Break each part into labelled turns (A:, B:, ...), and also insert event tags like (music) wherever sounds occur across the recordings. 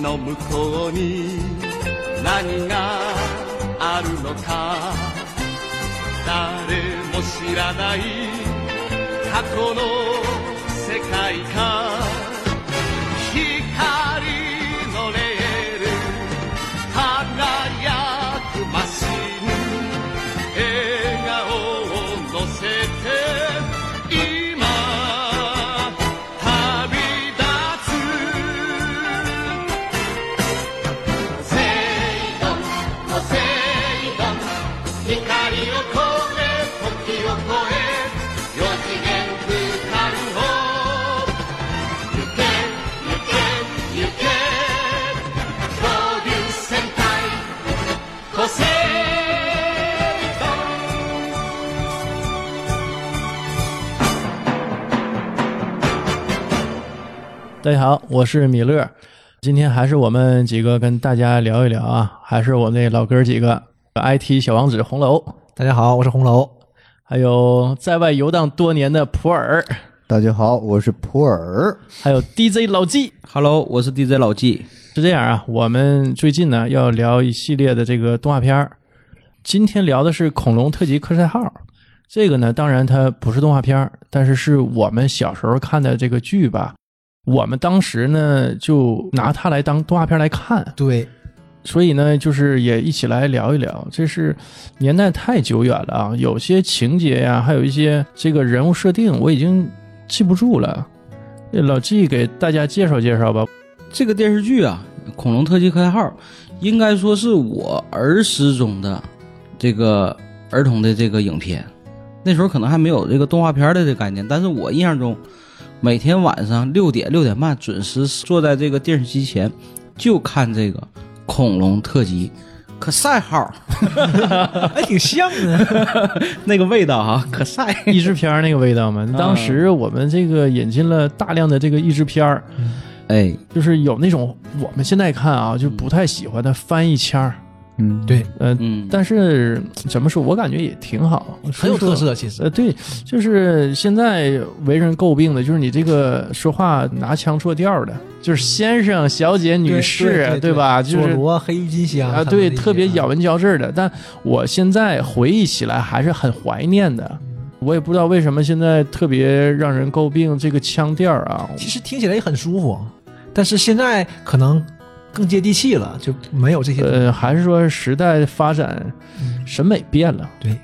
A: の向こうに何があるのか誰も知らない過去の世界か光のレール輝くマシン笑顔を乗せて今旅立つセイドン、もうセイドン、光を越えて時を越え、四次元空間を行け行け行け、恐竜戦隊、個性。
B: 大家好，我是米勒。今天还是我们几个跟大家聊一聊啊，还是我们那老哥儿几个，IT 小王子红楼，
C: 大家好，我是红楼。
B: 还有在外游荡多年的普洱，
D: 大家好，我是普洱。
B: 还有 DJ 老纪。
E: Hello，我是 DJ 老纪。
B: 是这样啊，我们最近呢要聊一系列的这个动画片儿。今天聊的是《恐龙特级科赛号》，这个呢，当然它不是动画片儿，但是是我们小时候看的这个剧吧。我们当时呢就拿它来当动画片来看，
C: 对，
B: 所以呢就是也一起来聊一聊。这是年代太久远了啊，有些情节呀、还有一些这个人物设定，我已经记不住了。这老纪给大家介绍介绍吧。
E: 这个电视剧啊，《恐龙特技课代号》，应该说是我儿时中的这个儿童的这个影片。那时候可能还没有这个动画片的这概念，但是我印象中，每天晚上六点六点半准时坐在这个电视机前，就看这个《恐龙特级可赛号
C: (laughs) 还挺像的。》
E: (laughs) 那个味道哈、可赛。 (laughs)
B: 译制片儿那个味道嘛。当时我们这个引进了大量的这个译制片儿，
E: 哎，
B: 就是有那种我们现在看啊，就不太喜欢的翻译腔儿。
D: 嗯，
C: 对，
B: 呃，
E: 嗯，
B: 但是怎么说，我感觉也挺好，
C: 很有特
B: 所以说。
C: 色，其实
B: 呃，对，就是现在为人诟病的，就是你这个说话拿腔作调的，就是先生、小姐、女士，
C: 对
B: 吧？就
C: 佐
B: 是
C: 罗、黑郁金香
B: 啊，对，特别咬。文嚼字的。但我现在回忆起来还是很怀念的。我也不知道为什么现在特别让人诟病这个腔调啊。
C: 其实听起来也很舒服，但是现在可能更接地气了，就没有这些。
B: 呃，还是说时代发展，
C: 嗯
B: 审美变了。
C: 对，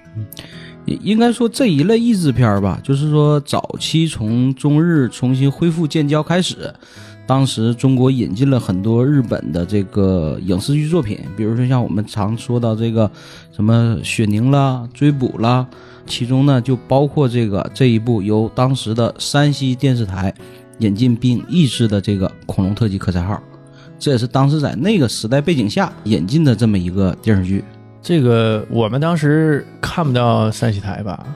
E: 也应该说这一类译制片儿吧，就是说早期从中日重新恢复建交开始，当时中国引进了很多日本的这个影视剧作品，比如说像我们常说到这个什么雪凝啦、追捕啦，其中呢就包括这个这一部由当时的山西电视台引进并译制的这个《恐龙特级科赛号》，这也是当时在那个时代背景下引进的这么一个电视剧。
B: 这个我们当时看不到山西台吧？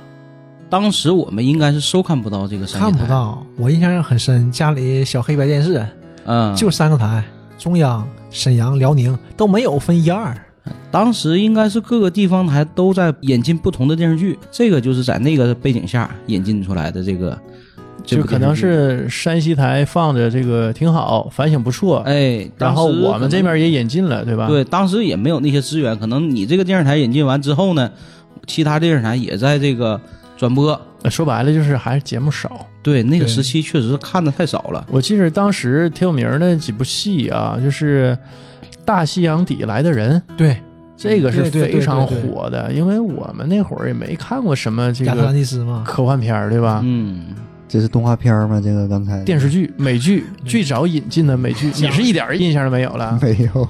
E: 当时我们应该是收看不到这个山西台，
C: 看不到。我印象很深，家里小黑白电
B: 啊
C: 视
E: 嗯，
C: 就三个台，中央、沈阳、辽宁都没有分一二。
E: 当时应该是各个地方台都在引进不同的电视剧，这个就是在那个背景下引进出来的这个，这
B: 就
E: 部
B: 可能
E: 电视剧
B: 是山西台放着这个挺好，反响不错。
E: 哎，
B: 然后
E: 当时
B: 我们这边也引进了，对吧？
E: 可能对，当时也没有那些资源，可能你这个电视台引进完之后呢，其他电视台也在这个转播。
B: 对，呃说白了就是还是节目少。
E: 对，那个
C: 对
E: 时期确实看的太少了。
B: 我记得当时挺有名儿的几部戏啊，就是《大西洋底来的人》，
C: 对，
B: 这个是
C: 对对对
B: 非常
C: 对对
B: 火的，因为我们那会儿也没看过什么这
C: 亚特兰
B: 个
C: 蒂
B: (laughs)
C: 斯嘛，
B: 科幻片儿，对吧？
E: 嗯，
D: 这是动画片吗？这个刚才
B: 电视剧、美剧最早引进的美剧，你是一点儿印象都没有了，
D: 没有，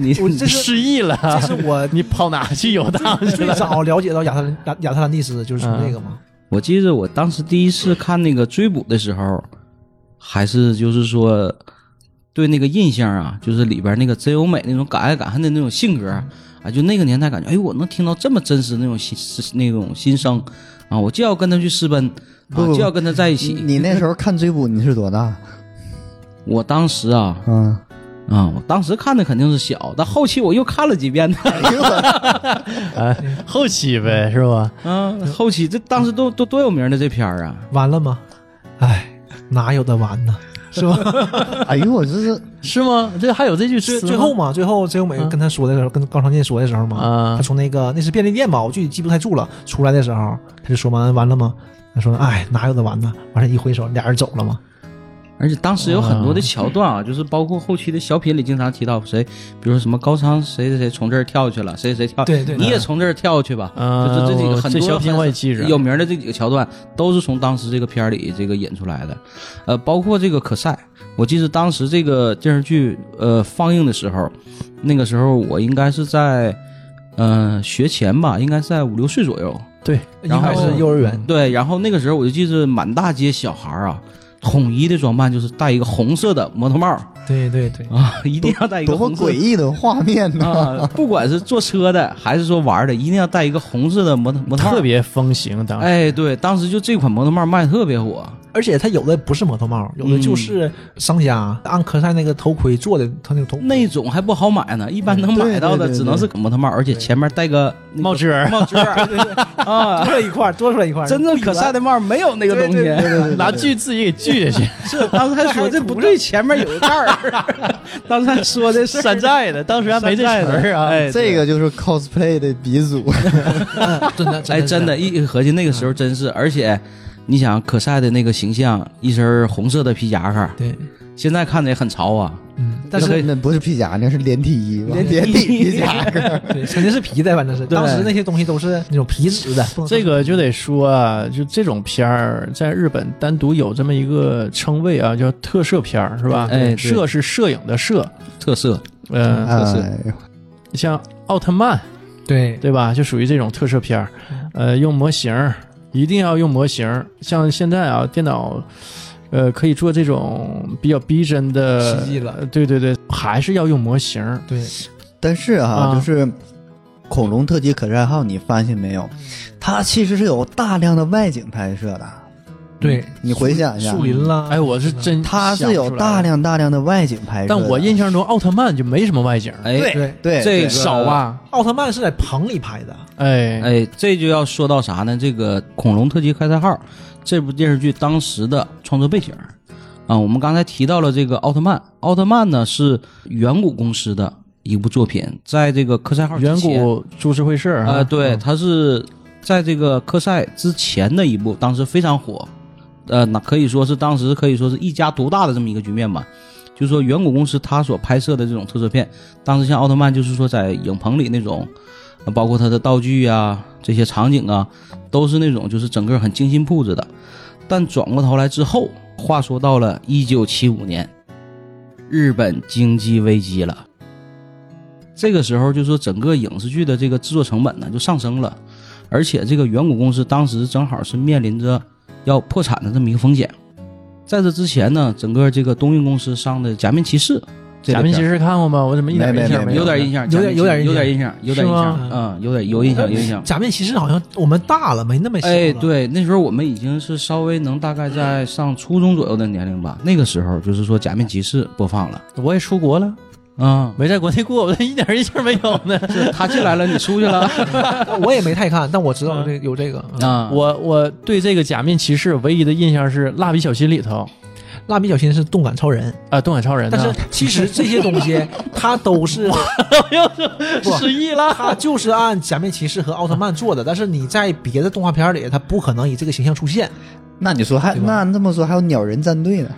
E: 你
C: 我这是
B: 失忆了
C: 这，是我
B: 你跑哪去游荡去
C: 最
B: 了？嗯
C: 早了解到亚特兰亚亚特兰蒂斯就是从这个嘛，
E: 我记得我当时第一次看那个追捕的时候，还是就是说对那个印象啊，就是里边那个真由美那种敢爱敢恨的那种性格啊，就那个年代感觉，哎，我能听到这么真实的那种心是那种心声啊，我就要跟他去私奔啊，
D: 不不
E: 就要跟他在一起。
D: 你那时候看追捕你是多大？
E: 我当时啊
D: 嗯，
E: 啊，我当时看的肯定是小，但后期我又看了几遍呢。
B: 哎，后期呗，是吧？
E: 啊， (laughs) 后期这当时都都多有名的这片儿啊，
C: 完了吗？哎，哪有的完呢？是吧？
D: 哎呦，我这是
B: 是吗？这还有这句
C: 最
B: 诗吗
C: 最后嘛，最后最后美
B: 嗯
C: 跟他说的时候，跟高长健说的时候嘛，
B: 啊
C: 他从那个那是便利店吧，我具体记不太住了。出来的时候，他就说完完了吗？他说：“哎，哪有的完呢？”完事一挥手，俩人走了嘛。
E: 而且当时有很多的桥段啊，就是包括后期的小品里经常提到谁，比如说什么高仓谁谁谁从这儿跳去了，谁谁谁跳，
C: 对对对
E: 你也从这儿跳去吧，
B: 啊
E: 就是这几个很
B: 这小
E: 多
B: 品啊我也记着
E: 很有名的这几个桥段都是从当时这个片儿里这个引出来的，呃，包括这个可赛，我记得当时这个电视剧呃放映的时候，那个时候我应该是在嗯、呃学前吧，应该在五六岁左右，
B: 对，
E: 然后
C: 应该是幼儿园，
E: 对，然后那个时候我就记得满大街小孩儿啊，统一的装扮就是戴一个红色的摩托帽儿
C: 对对对，
E: 啊，一定要戴一个
D: 多么
E: 红色
D: 诡异的画面呢！
E: 啊！不管是坐车的还是说玩儿的，一定要戴一个红色的摩托摩托帽儿。
B: 特别风行当时。
E: 哎，对，当时就这款摩托帽儿卖得特别火，
C: 而且他有的不是摩托帽，有的就是商家按科赛那个头盔做的，他那个头
E: (laughs)
C: 盔
E: 那种还不好买呢，一般能买到
D: 嗯对对
E: 的
D: 对对
E: 只能是摩托帽儿，而且前面戴个那个
B: 帽遮儿
E: 帽遮儿
B: (laughs)
E: 啊
C: 多。出来一块儿，多出来一块儿，
E: 真正可赛的帽儿没有那个东西，
B: 拿锯自己给锯下去，
E: 是当时还说这不对，前面有一盖
D: (laughs)
E: 儿。当时还说
B: (laughs)
E: 的是
B: 山寨的，当时还没这词儿啊。哎，
D: 这个就是 cosplay 的鼻祖，
C: 真的嗯
E: 哎，真的，
C: 的
E: 一一合计那个时候真是，而且你想可赛的那个形象，一身红色的皮夹克，
C: 对，
E: 现在看着也很潮啊。
C: 嗯，但是
D: 那那不是皮夹，那是连体衣吧？
E: 连体衣
D: 连体皮夹克，
C: 对，肯定是皮的，反正是
E: 对
C: 当时那些东西都是那种皮质的。
B: 这个就得说啊，就这种片儿在日本单独有这么一个称谓啊，叫特摄片儿，是吧？
E: 哎对
B: 摄是摄影的摄，
E: 特色，
B: 嗯、
E: 这是
D: 哎呦
B: 像奥特曼，
C: 对
B: 对吧？就属于这种特摄片儿，呃，用模型儿一定要用模型儿。像现在啊，电脑，呃，可以做这种比较逼真的
C: 实际了
B: 呃对对对，还是要用模型儿。
C: 对，
D: 但是啊，
B: 啊
D: 就是恐龙特级可赛号，你发现没有？它其实是有大量的外景拍摄的。
C: 对，
D: 你回想一下
C: 树，林啦，
B: 哎，我是真
D: 它是
B: 想
D: 有
B: 不出来
D: 大，量大量的外景拍摄的。
B: 但我印象中奥特曼就没什么外景儿，
E: 哎，
C: 对，
D: 对
E: 这
D: 对
E: 个
B: 少吧？
C: 奥特曼是在棚里拍的，
B: 哎
E: 哎，这就要说到啥呢？这个《恐龙特级开赛号》这部电视剧当时的创作背景儿啊，我们刚才提到了这个奥特曼，奥特曼呢是远古公司的一部作品，在这个科赛号之
B: 远
E: 前
B: 古株式会社
E: 啊、
B: 啊，
E: 对，它是在这个科赛之前的一部，当时非常火，呃，那可以说是当时可以说是一家独大的这么一个局面吧。就是说，远古公司它所拍摄的这种特摄片，当时像奥特曼，就是说在影棚里那种，呃包括它的道具啊、这些场景啊，都是那种就是整个很精心布置的。但转过头来之后，话说到了一九七五年，日本经济危机了。这个时候就说整个影视剧的这个制作成本呢就上升了，而且这个远古公司当时正好是面临着要破产的这么一个风险。在这之前呢，整个这个东映公司上的《假面骑士》这个片
B: 假
E: 儿，
B: 面骑士看过吗？我怎么一点
D: 没
B: 印象
D: 没
B: 有
E: 有点印象，
C: 有点有点
E: 有点
C: 印
E: 印象，有点
B: 是
E: 印
B: 吗
E: 象，嗯，有点有印象，有印象。
C: 假面骑士好像我们大了，没那么小
E: (laughs)
C: 了。
E: 哎，对，那时候我们已经是稍微能大概在上初中左右的年龄吧。那个时候就是说《假面骑士》播放了，
B: 我也出国了，
E: 啊、
B: 没在国内过，我一点印象没有 (laughs) 呢。
E: 是他进来了，你出去了
C: (laughs) 我也没太看，但我知道这有这个。嗯
E: 啊。
B: 我我对这个假面骑士唯一的印象是《蜡笔小新》里头
C: 蜡笔小新是动感超人，
B: 啊，动感超人呢。
C: 但是其实这些东西它都是， (laughs) 不
B: 失忆了，
C: 它就是按假面骑士和奥特曼做的，但是你在别的动画片里，它不可能以这个形象出现。
D: 那你说还
C: 对吧
D: 那这么说还有鸟人战队呢？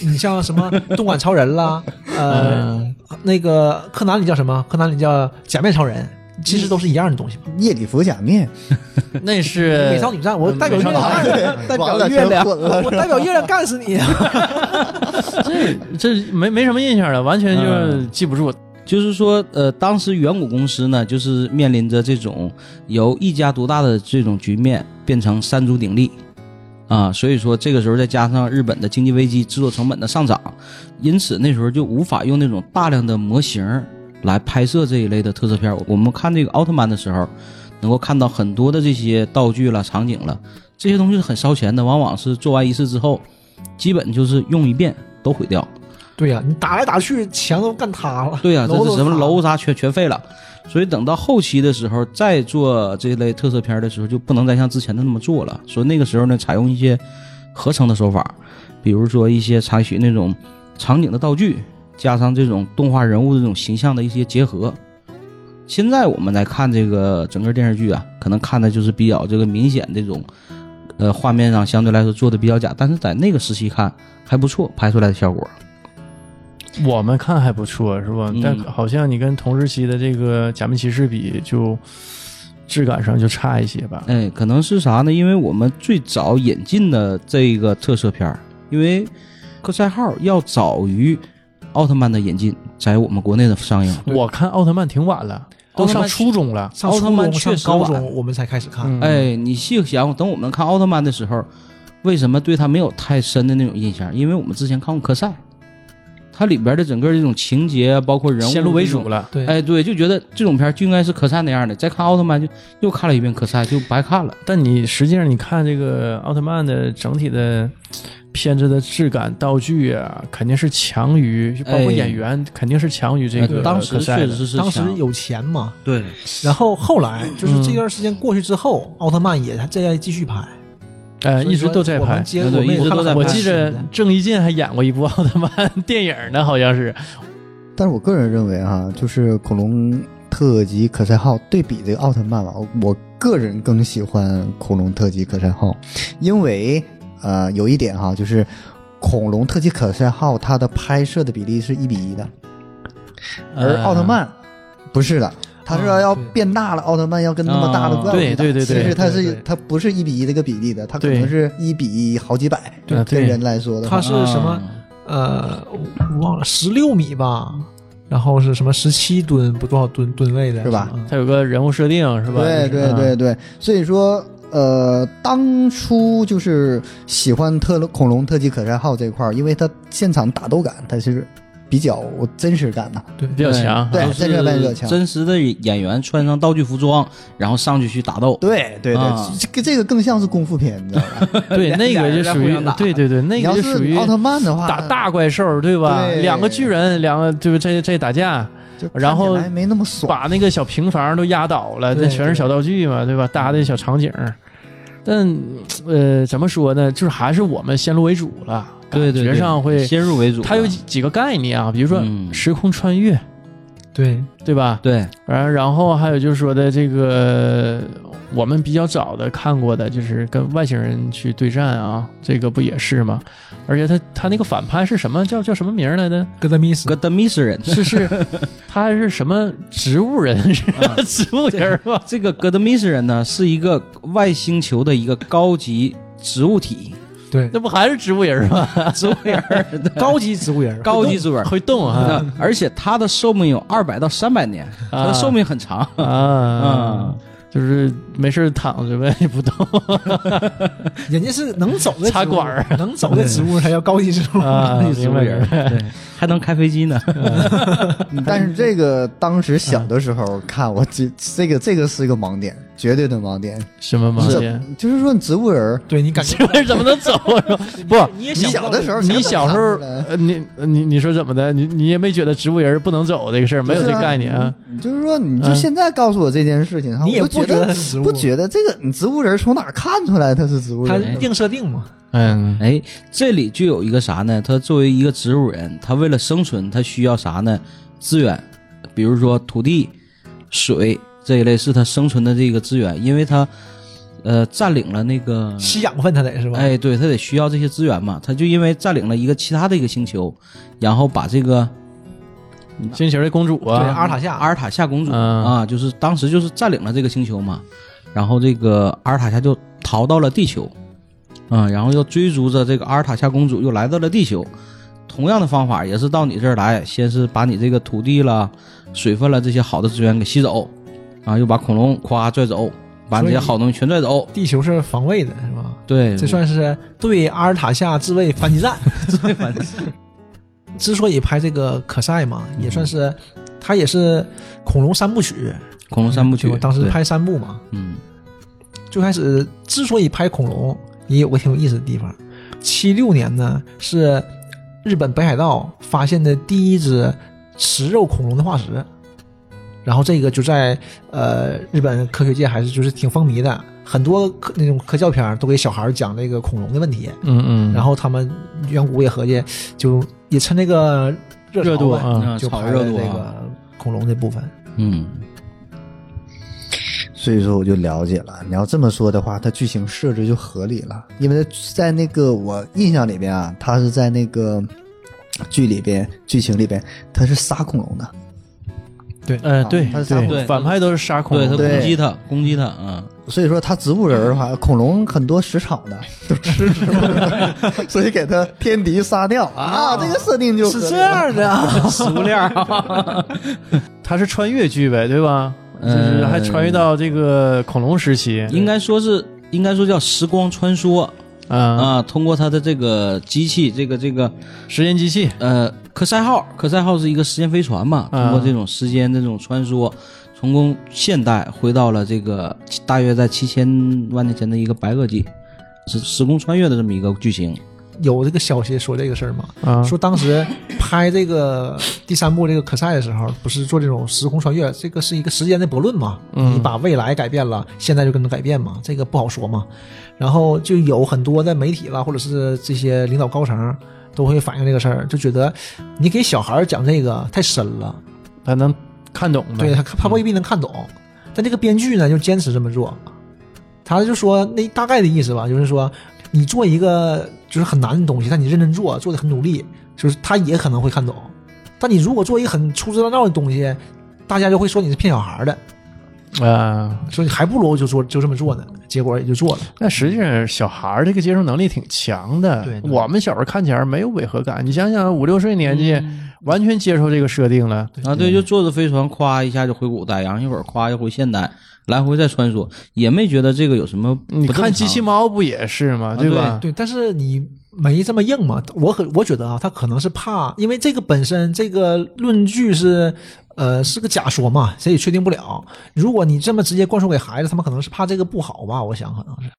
C: 你像什么动感超人啦，呃，那个柯南里叫什么？柯南里叫假面超人，其实都是一样的东西嘛。
D: 夜里服假 (laughs) 面，
B: 那 (laughs) 是
C: 美少女战，我代表月亮
D: 美少 (laughs) 女战
C: 干，代
D: 完
C: 表
D: 了
C: 月
D: 全
C: 亮，
D: 混了
C: 我代表月亮干死你！
B: 这没没什么印象了，完全就
E: 嗯
B: 记不住。
E: 就是说，呃，当时远古公司呢，就是面临着这种由一家独大的这种局面，变成三足鼎立，啊，所以说这个时候再加上日本的经济危机、制作成本的上涨，因此那时候就无法用那种大量的模型儿来拍摄这一类的特色片儿。我们看这个奥特曼的时候，能够看到很多的这些道具了、场景了，这些东西是很烧钱的，往往是做完一次之后，基本就是用一遍都毁掉。
C: 对呀、你打来打去，墙都干塌了。
E: 对呀、
C: (laughs) 楼
E: 这
C: 都
E: 是什么
C: 塌了
E: 楼啥全全废了。所以等到后期的时候，再做这类特色片儿的时候，就不能再像之前的那么做了。所以那个时候呢，采用一些合成的手法，比如说一些采取那种场景的道具，加上这种动画人物的这种形象的一些结合。现在我们来看这个整个电视剧啊，可能看的就是比较这个明显这种，呃，画面上相对来说做的比较假，但是在那个时期看还不错，拍出来的效果。
B: 我们看还不错，是吧？
E: 嗯
B: 但好像你跟同时期的这个《假面骑士》比，就质感上就差一些吧。
E: 哎，可能是啥呢？因为我们最早引进的这个特摄片儿，因为《克赛号》要早于奥特曼的引进，在我们国内的上映。
B: 我看奥特曼挺晚了，
E: 哦
B: 都上初中了。
C: 上
E: 奥
C: 初
E: 特曼
C: 中、
E: 确
C: 上
E: 实
C: 高
E: 晚
C: 中我们才开始看。
B: 嗯，
E: 哎，你细想，等我们看奥特曼的时候，为什么对他没有太深的那种印象？因为我们之前看过科赛，它里边的整个这种情节，啊包括人物
B: 先入为主
E: 了。
B: 了。
C: 对，
E: 哎，对，就觉得这种片儿就应该是科赛那样的。再看奥特曼，就又看了一遍科赛，就白看了。
B: 但你实际上你看这个奥特曼的整体的片子的质感、道具啊，肯定是强于，包括
E: 哎
B: 演员肯定是强于这个
E: 哎当时
B: 可赛的
E: 确实是嗯
C: 当时
E: 强
C: 有钱嘛，
E: 对，
C: 然后后来就是这段时间过去之后，奥特曼也还在继续拍，
B: 呃
C: 所以
B: 一直
C: 说
B: 都在
C: 我们
B: 拍。
C: 接
E: 对
C: 我
E: 对
C: 们也
E: 一直
C: 看
E: 都
C: 了
E: 在
C: 很
B: 我
C: 多
E: 拍
B: 记
C: 新
B: 着
C: 的
B: 郑伊健还演过一部 (laughs) 奥特曼电影呢，好像是。
D: 但是我个人认为哈、就是恐龙特级可赛号对比这个奥特曼吧，我我个人更喜欢恐龙特级可赛号，因为呃有一点哈、就是恐龙特级可赛号它的拍摄的比例是一比一的，
B: 哎
D: 而
B: 啊
D: 奥特曼不是的。它是
C: 啊
D: 要
C: 对
D: 变大了，奥特曼要跟那么大的
B: 啊
D: 怪物
B: 对
D: 去打
B: 对对对
D: 其实它
B: 对
D: 是
B: 对
D: 它不是一比一这个比例的，它可
B: 对啊
D: 能是一比好几百，
B: 对
D: 跟人来说的话
C: 它是什么？
E: 啊
C: 呃，我忘了十六米吧，然后是什么十七吨不多少吨吨位的
D: 是吧
C: 嗯
B: 它有个人物设定是吧？
D: 对
B: 就是啊
D: 对对，对，所以说，呃，当初就是喜欢特恐龙特技可赛号这块儿，因为它现场打斗感，它是比较真实感的。
C: 对
B: 比较强。
D: 对
E: 都
D: 真实扮演者
E: 是
D: 强
E: 真实的演员穿上道具服装，然后上去去打斗。
D: 对对
E: 啊
D: 对，这个这个更像是功夫片，你知道
B: (laughs)
D: 吧？
B: 对，
E: 两
B: 那
E: 两
B: 个
E: 人
B: 就
E: 在
B: 属
E: 互
B: 于
E: 相打
B: 对对对，那
D: 你
B: 个
D: 要
B: 就是属于
D: 奥特曼的话，
B: 打大怪兽对吧？
D: 对
B: 两个巨人，两个就是这这打架，
D: 就看
B: 然后
D: 起来没那么爽。
B: 把那个小平房都压倒了，
C: 对
B: 那全是小道具嘛，对吧？搭的
E: 嗯
B: 小场景儿，但呃，怎么说呢？就是还是我们先入为主了，
E: 对对，
B: 感
E: 对
B: 觉上会。
E: 先入为主。
B: 它有几几个概念啊，比如说
E: 嗯
B: 时空穿越，
C: 对
B: 对吧？
E: 对，
B: 然然后还有就是说的这个，我们比较早的看过的就是跟外星人去对战啊，这个不也是吗？而且他他那个反派是什么叫叫什么名儿来的？
C: 哥德米斯
E: 格德米斯人，
B: 是是，他还是什么植物 (laughs) 人？是吧植物人儿吧？
E: 这个格德米斯人呢是一个外星球的一个高级植物体，
C: 对
B: 那不还是植物人儿吗？
E: 植物人儿，
C: 高级植物人，
E: (laughs) 高级植物人
B: (laughs)
E: 儿。
B: 会动啊
E: 那而且它的寿命有二百到三百年，它的寿命很长。
B: 啊！就是没事儿躺着呗，不 (laughs) 动
C: 人家是能走的
B: 插
C: 植物
B: 管儿，
C: 能走的植
E: (laughs)
C: 物才叫高级植物。
B: (laughs) 啊！
E: 植
B: 明
E: 物
B: 白
E: 人
B: 明
E: 儿，
B: 白。
E: 对，还能开飞机呢。
C: 嗯
D: 但是这个当时小的时候看，我这这个这个是一个盲点，绝对的盲点。
B: 什么毛
D: 是
B: 线？
D: 就是说，植物人儿，
C: 对你感觉
B: 植
E: (laughs)
B: 物人怎么能走啊？是吧 (laughs) 不，
C: 你也
D: 你小的时候，
B: 你小时候
D: 想不到，
B: 呃，你你你说怎么的？你你也没觉得植物人不能走这个事儿，没有这概念啊？
D: 就是说，你就
B: 嗯
D: 现在告诉我这件事情，哈
C: 嗯你也
D: 我
C: 不
D: 就
C: 觉
D: 觉得
C: 得它是植物，
D: 不觉得这个你植物人从哪儿看出来他是植物
C: 它
D: 人？
C: 硬设定嘛？
B: 嗯，
E: 哎，这里就有一个啥呢？他作为一个植物人，他为了生存，他需要啥呢？资源，比如说土地、水这一类是他生存的这个资源，因为他呃占领了那个，
C: 吸养分它得是吧？
E: 哎，对他得需要这些资源嘛。他就因为占领了一个其他的一个星球，然后把这个
B: 哎星球的公主
C: 对，
B: 啊，
C: 阿尔塔
E: 阿
C: 夏，
E: 尔塔夏公主、
B: 嗯
E: 啊，就是当时就是占领了这个星球嘛，然后这个阿尔塔夏就逃到了地球，嗯，然后又追逐着这个阿尔塔夏公主又来到了地球，同样的方法也是到你这儿来，先是把你这个土地啦、水分啦这些好的资源给吸走，啊，又把恐龙夸拽走，把你这些好东西全拽走，
C: 地球是防卫的是吧？
E: 对，
C: 这算是对阿尔塔夏自卫反击战。之所以拍这个可赛嘛，也算是它也是恐龙三部曲，
E: (laughs) 恐龙三部曲
C: 就，当时
E: 对，
C: 拍三部嘛。
E: 嗯，
C: 最开始之所以拍恐龙，也有个挺有意思的地方。七六年呢，是日本北海道发现的第一只食肉恐龙的化石，然后这个就在呃日本科学界还是就是挺风靡的，很多科那种科教片儿都给小孩儿讲这个恐龙的问题，
B: 嗯嗯，
C: 然后他们远古也合计就也趁这个热
B: 热度
C: 潮吧，
B: 啊，
E: 嗯
C: 就
E: 炒
C: 拍了
E: 热度
C: 这
E: 啊，
C: 个恐龙这部分。
E: 嗯，
D: 所以说我就了解了。你要这么说的话，它剧情设置就合理了，因为在那个我印象里边啊，它是在那个剧里边、剧情里边，它是杀恐龙的，
B: 呃，对
D: 它是杀恐
E: 对
B: 反派都是杀恐
E: 对他
B: 龙，
E: 攻
D: 对
E: 击他，攻击他啊，
D: 所以说它植物人儿的
E: 嗯
D: 话，恐龙很多食草
E: (laughs)
D: 的，都吃植物人儿，所以给它天敌杀掉
E: 哦
D: 啊，这个设定就是合理
C: 这
D: 了
C: 样的 (laughs) 啊，
E: 食物链儿，
B: 他是穿越剧呗，对吧？就
E: 嗯
B: 是还穿越到这个恐龙时期，
E: 应该说是应该说叫时光穿梭
B: 啊，
E: 啊，通过他的这个机器，这个这个
B: 时间机器，
E: 呃，科赛号，科赛号是一个时间飞船嘛，
B: 嗯
E: 通过这种时间这种穿梭，从公现代回到了这个大约在七千万年前的一个白垩纪，是时空穿越的这么一个剧情。
C: (laughs) 有这个消息说这个事儿吗？
B: 啊，
C: 说当时拍这个第三部这个可赛的时候，不是做这种时空穿越，这个是一个时间的悖论嘛？
B: 嗯
C: 你把未来改变了，现在就跟着改变嘛，这个不好说嘛。然后就有很多的媒体啦，或者是这些领导高层都会反映这个事儿，就觉得你给小孩儿讲这个太深了，
B: 他能看懂呗，
C: 对他看他未必能看懂。但这个编剧呢，就坚持这么做，他就说那大概的意思吧，就是说你做一个就是很难的东西，但你认真做，做的很努力，就是他也可能会看懂。但你如果做一个很粗制滥造的东西，大家就会说你是骗小孩的，
B: 啊，
C: 说你还不如就做就这么做呢，结果也就做了。
B: 那实际上小孩儿这个接受能力挺强的。
C: 对对
B: 我们小时候看起来没有违和感，你想想啊五六岁年纪、
E: 嗯
B: 完全接受这个设定了，
E: 啊，对，就坐着飞船，夸一下就回古代，然后一会儿夸又回现代，来回再穿梭，也没觉得这个有什么不
B: 你看
E: 正
B: 机器
E: 常
B: 猫不也是吗？
E: 啊
B: 对吧？
C: 对，但是你没这么硬嘛？我可我觉得啊，他可能是怕，因为这个本身这个论据是，呃，是个假说嘛，谁也确定不了。如果你这么直接灌输给孩子，他们可能是怕这个不好吧？我想可能是。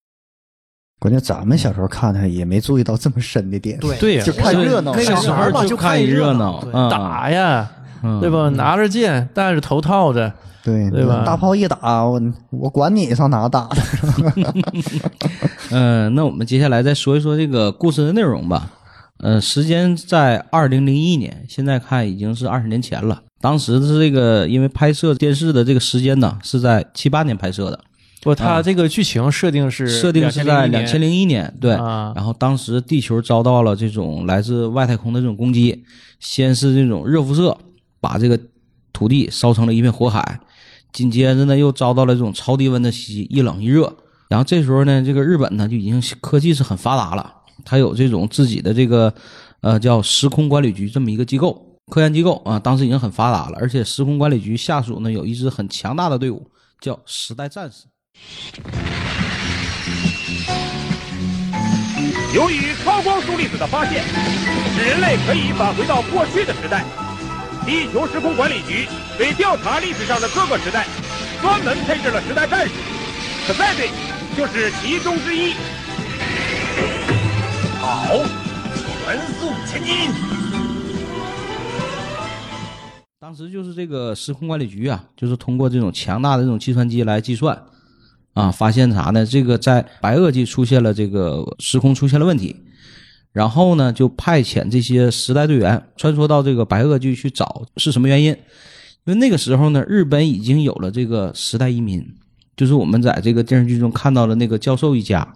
D: 关键咱们小时候看它也没注意到这么深的点，
C: 对
B: 对呀
D: 就看热闹。
C: 那个
E: 小
C: 时
E: 孩
C: 候
E: 儿
C: 嘛
E: 就
C: 就
E: 看
C: 看
E: 一热
C: 热
E: 闹
C: 闹，对
E: 嗯
B: 打呀，
E: 嗯
B: 对吧？拿着剑，戴着头套着，
D: 对
B: 对吧
D: 大炮一打，我我管你上哪打的，
E: (laughs) 嗯，那我们接下来再说一说这个故事的内容吧。呃，时间在二零零一年，现在看已经是二十年前了。当时是这个，因为拍摄电视的这个时间呢，是在七八年拍摄的，
B: 不，它这个剧情设定是
E: 啊设定是在两千
B: 零
E: 零一年，对。
B: 啊
E: 然后当时地球遭到了这种来自外太空的这种攻击，先是这种热辐射把这个土地烧成了一片火海，紧接着呢又遭到了这种超低温的袭击，一冷一热。然后这时候呢，这个日本呢就已经科技是很发达了，它有这种自己的这个呃叫时空管理局这么一个机构。科研机构啊，当时已经很发达了，而且时空管理局下属呢有一支很强大的队伍，叫时代战士。
F: 由于超光速粒子的发现，使人类可以返回到过去的时代。地球时空管理局为调查历史上的各个时代，专门配置了时代战士，可赛队就是其中之一。好，全速前进。
E: 当时就是这个时空管理局啊，就是通过这种强大的这种计算机来计算，啊，发现啥呢？这个在白垩纪出现了这个时空出现了问题，然后呢就派遣这些时代队员穿梭到这个白垩纪去找是什么原因。因为那个时候呢，日本已经有了这个时代移民，就是我们在这个电视剧中看到的那个教授一家，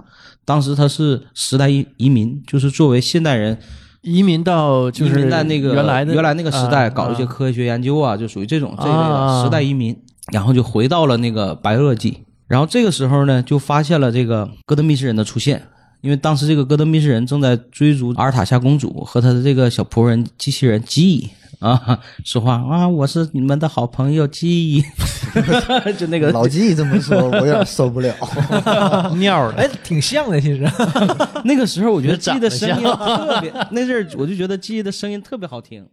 E: 当时他是时代移移民，就是作为现代人
B: 移民到就
E: 移
B: 是
E: 民在那个
B: 原来的
E: 原来那个时代搞一些
B: 啊
E: 科学研究啊，就属于这种这个
B: 啊
E: 时代移民，然后就回到了那个白垩纪。然后这个时候呢，就发现了这个哥德密斯人的出现，因为当时这个哥德密斯人正在追逐阿尔塔夏公主和她的这个小仆人机器人记忆啊， (laughs) 说话啊，我是你们的好朋友记忆， (laughs) 就 (laughs) 那个
D: 老纪这么说，我有点受不了。哎
B: 啊 (laughs) 尿的
C: 哎，挺像的，其实
E: (laughs)
C: (laughs)
E: 那个时候，我觉得记忆的声音
B: 长
E: 特别，那阵儿我就觉得记忆的声音特别好听。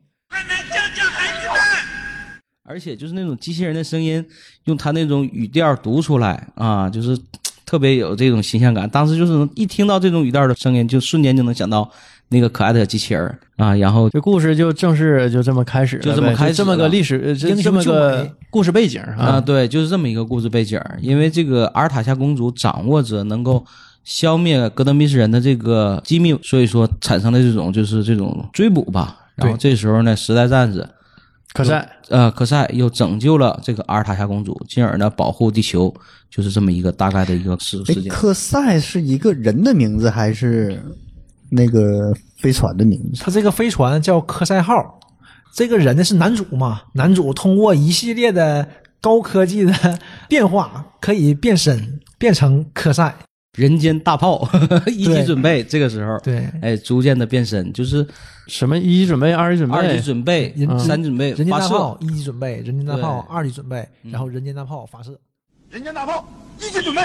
E: 而且就是那种机器人的声音，用他那种语调读出来啊，就是嘖特别有这种形象感。当时就是能一听到这种语调的声音，就瞬间就能想到那个可爱的机器人儿啊，然后
B: 这故事就正式就这么开始了呗，
E: 就这么开始了
B: 这么个历史，呃这
C: 英雄
B: 这么
C: 救
B: 个
C: 美
B: 故事背景
E: 啊，
B: 啊，
E: 对，就是这么一个故事背景儿。因为这个阿尔塔夏公主掌握着能够消灭哥德米斯人的这个机密，所以说产生了这种就是这种追捕吧。然后这时候呢，时代战士
B: 可赛
E: 呃科赛又拯救了这个阿尔塔夏公主，进而呢保护地球，就是这么一个大概的一个事
D: 哎
E: 事，件。
D: 科赛是一个人的名字还是那个飞船的名字？
C: 他这个飞船叫科赛号，这个人呢是男主嘛，男主通过一系列的高科技的 (laughs) 变化，可以变身变成科赛。
E: 人间大炮 (laughs) 一级
C: 对
E: 准备，这个时候
C: 对，
E: 哎逐渐的变身，就是
B: 什么一级准备、二级准
E: 二级
B: 备，
E: 准备、
C: 人嗯
E: 三准备、
C: 人间
E: 发
C: 大
E: 射嗯
C: 炮。嗯一级准备，人间大炮二级准备，然后人间大炮发射。
F: 人间大炮一起准备。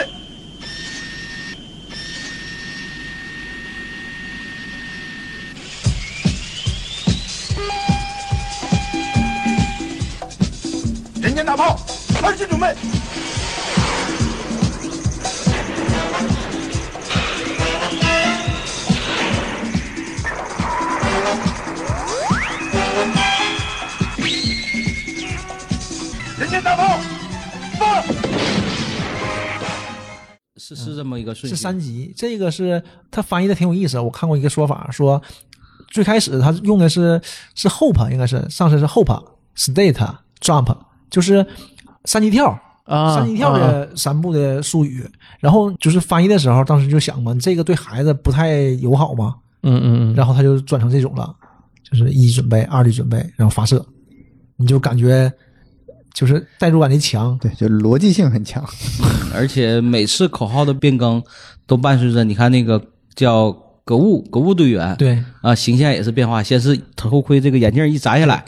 F: 人间大炮二级准备。人间大炮放。
E: 是是这么一个顺序，
C: 是三级，这个是他翻译的挺有意思。我看过一个说法，说最开始他用的是是 hope，应该是上身是 hope state jump，就是三级跳。
B: 啊
C: 三级跳的三步的术语，然后就是翻译的时候，当时就想嘛，这个对孩子不太友好嘛，
B: 嗯嗯嗯，
C: 然后他就转成这种了，就是一级准备、二级准备，然后发射，你就感觉就是代入感极强，
D: 对，就逻辑性很强。
E: 而且每次口号的变更都伴随着，你看那个叫格物格物队员，
C: 对，
E: 啊，形象也是变化，先是头盔这个眼镜一摘下来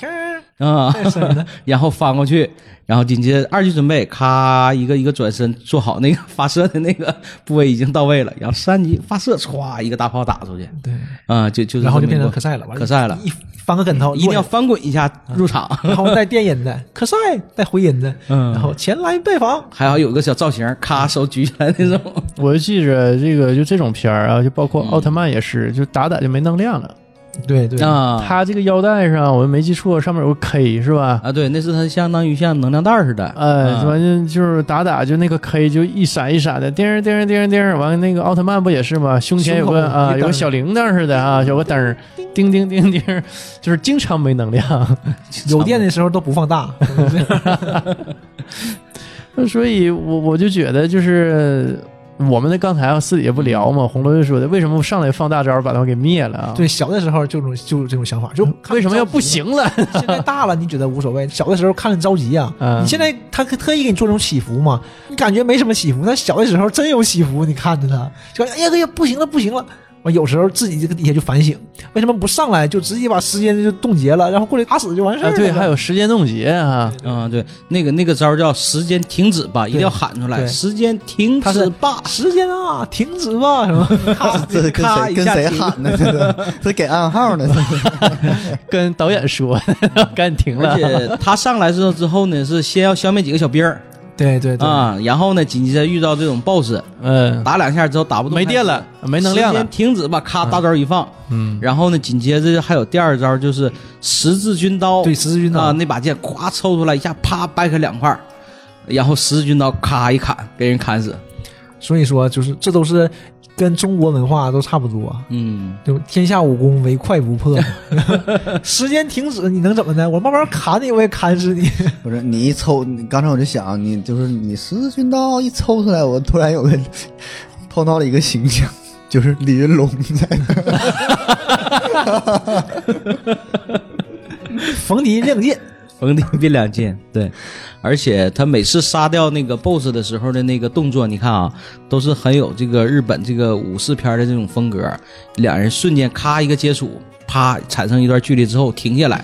E: 啊， (laughs) 然后翻过去，然后紧接着二级准备，咔一个一个转身做好那个发射的那个部位已经到位了，然后三级发射，歘一个大炮打出去，
C: 对，
E: 啊，就就是
C: 然后就
E: 这么
C: 变
E: 一
C: 成
E: 个
C: 可赛了，完
E: 可赛了，
C: 一嗯翻个跟头，
E: 一定要
C: 落
E: 翻滚一下入场，
C: 下，
E: (laughs)
C: 然后带电音的，可赛带回音的，
E: 嗯
C: 然后前来拜访，
E: 还要有个小造型，咔手举起来那种。
B: 我就记着这个，就这种片儿啊，就包括奥特曼也是，就打打就没能量了。
C: 对嗯
E: (laughs)
C: 对，
E: 啊，
B: 他这个腰带上，我没记错，上面有个 K 是吧？
E: 啊，对，那是它相当于像能量袋儿似的，
C: 呃
B: 哎，
E: 啊
B: 完了就是打打就那个 K 就一闪一闪的，叮儿叮儿叮儿叮儿，完了那个奥特曼不也是吗？胸前有个
C: 胸口
B: 啊
C: 一灯
B: 有个小铃铛似的啊，有个灯儿，叮叮叮叮儿，就是经常没能量。
C: 有电的时候都不放
E: 啊
C: 大，
B: 所以我我就觉得就是。我们的刚才啊私底下不
C: 嗯
B: 聊嘛，红楼就说的，为什么上来放大招把他们给灭了啊？
C: 对，小的时候就这种就有这种想法，就看
B: 为什么要
C: 着急
B: 不行了？
C: 现在大了，你觉得无所谓。小的时候看着着急呀、
B: 嗯
C: 你现在他特意给你做这种起伏嘛，你感觉没什么起伏，但小的时候真有起伏。你看着他，就哎呀哎呀，不行了不行了。我有时候自己这个底下就反省，为什么不上来就直接把时间就冻结了，然后过来打死就完事儿
B: 啊，
C: 了、
B: 对，还有时间冻结啊，
E: 啊，对，那个那个招儿叫时间停止吧，一定要喊出来，
C: 对
E: 时间停
C: 他
E: 止
C: 是
E: 吧。
C: 时间啊，停止吧，什么？
D: (laughs) 这是跟
E: 啊咔
D: 谁
E: 一
D: 跟
E: 下
D: 谁
E: 停
D: 喊呢？这个 (laughs) 这给暗号
E: (laughs)
D: 呢？
B: 跟导演说，赶紧停了
E: 而。
C: (laughs)
E: 且他上来之后之后呢，是先要消灭几个小兵儿
C: 对对对，
E: 啊，然后呢，紧接着遇到这种 BOSS，
B: 嗯，
E: 打两下之后打不动，
B: 没电了，，没能量
E: 时
B: 了
E: 间。停止吧，咔，大招一放，嗯，然后呢，紧接着还有第二招就是十字军刀，
C: 对十字军刀
E: 啊，那把剑咵抽出来一下，啪掰开两块儿，然后十字军刀咔一砍，给人砍死，
C: 所以说就是这都是跟中国文化都差不多。啊
E: 嗯，
C: 就天下武功唯快不 (laughs) 破，时间停止，你能怎么的？我慢慢砍你，我也砍死你。
D: 不是你一抽，你刚才我就想，你就是你十字军刀一抽出来，我突然有个碰到了一个形象，就是李云龙在那儿。
C: 逢敌亮 (laughs) 剑，
E: 逢敌必两剑，对，而且他每次杀掉那个 BOSS 的时候的那个动作，你看啊，都是很有这个日本这个武士片的这种风格。两人瞬间咔一个接触，啪产生一段距离之后停下来，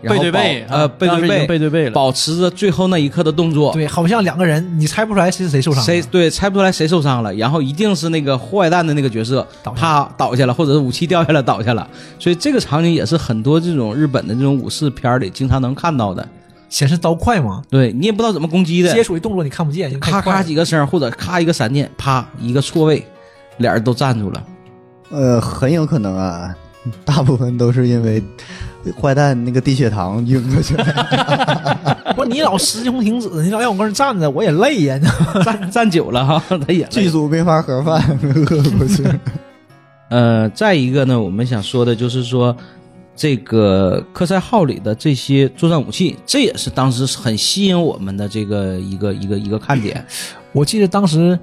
E: 然
B: 背
E: 后
B: 对背，
E: 保呃背
B: 当时
E: 对
B: 已经
E: 背
B: 背对背了。
E: 保持着最后那一刻的动作，
C: 对，好像两个人，你猜不出来谁是哦谁受伤。
E: 谁？对猜不出来谁受伤了，然后一定是那个坏蛋的那个角色
C: 倒下
E: 啪倒下了，或者是武器掉下来倒下了，所以这个场景也是很多这种日本的这种武士片里经常能看到的。
C: 显示刀快嘛？
E: 对你也不知道怎么攻击的，
C: 接触的动作你看不见，因为太
E: 咔
C: 快
E: 咔几个声儿，或者咔一个
C: (laughs)
E: 闪电，啪一个错位，俩人都站住了。
D: 呃，很有可能啊，大部分都是因为坏蛋那个低血糖晕过 (laughs) 去的。
C: 不是你老石穷停止，你老让我搁那站着，我也累呀。
E: 站站久了哈， (laughs) 他也累
D: 剧组没法盒饭， (laughs) 饿过去。
E: 呃，再一个呢，我们想说的就是说，这个科赛号里的这些作战武器，这也是当时很吸引我们的这个一个一个一个看点
C: 我记得当时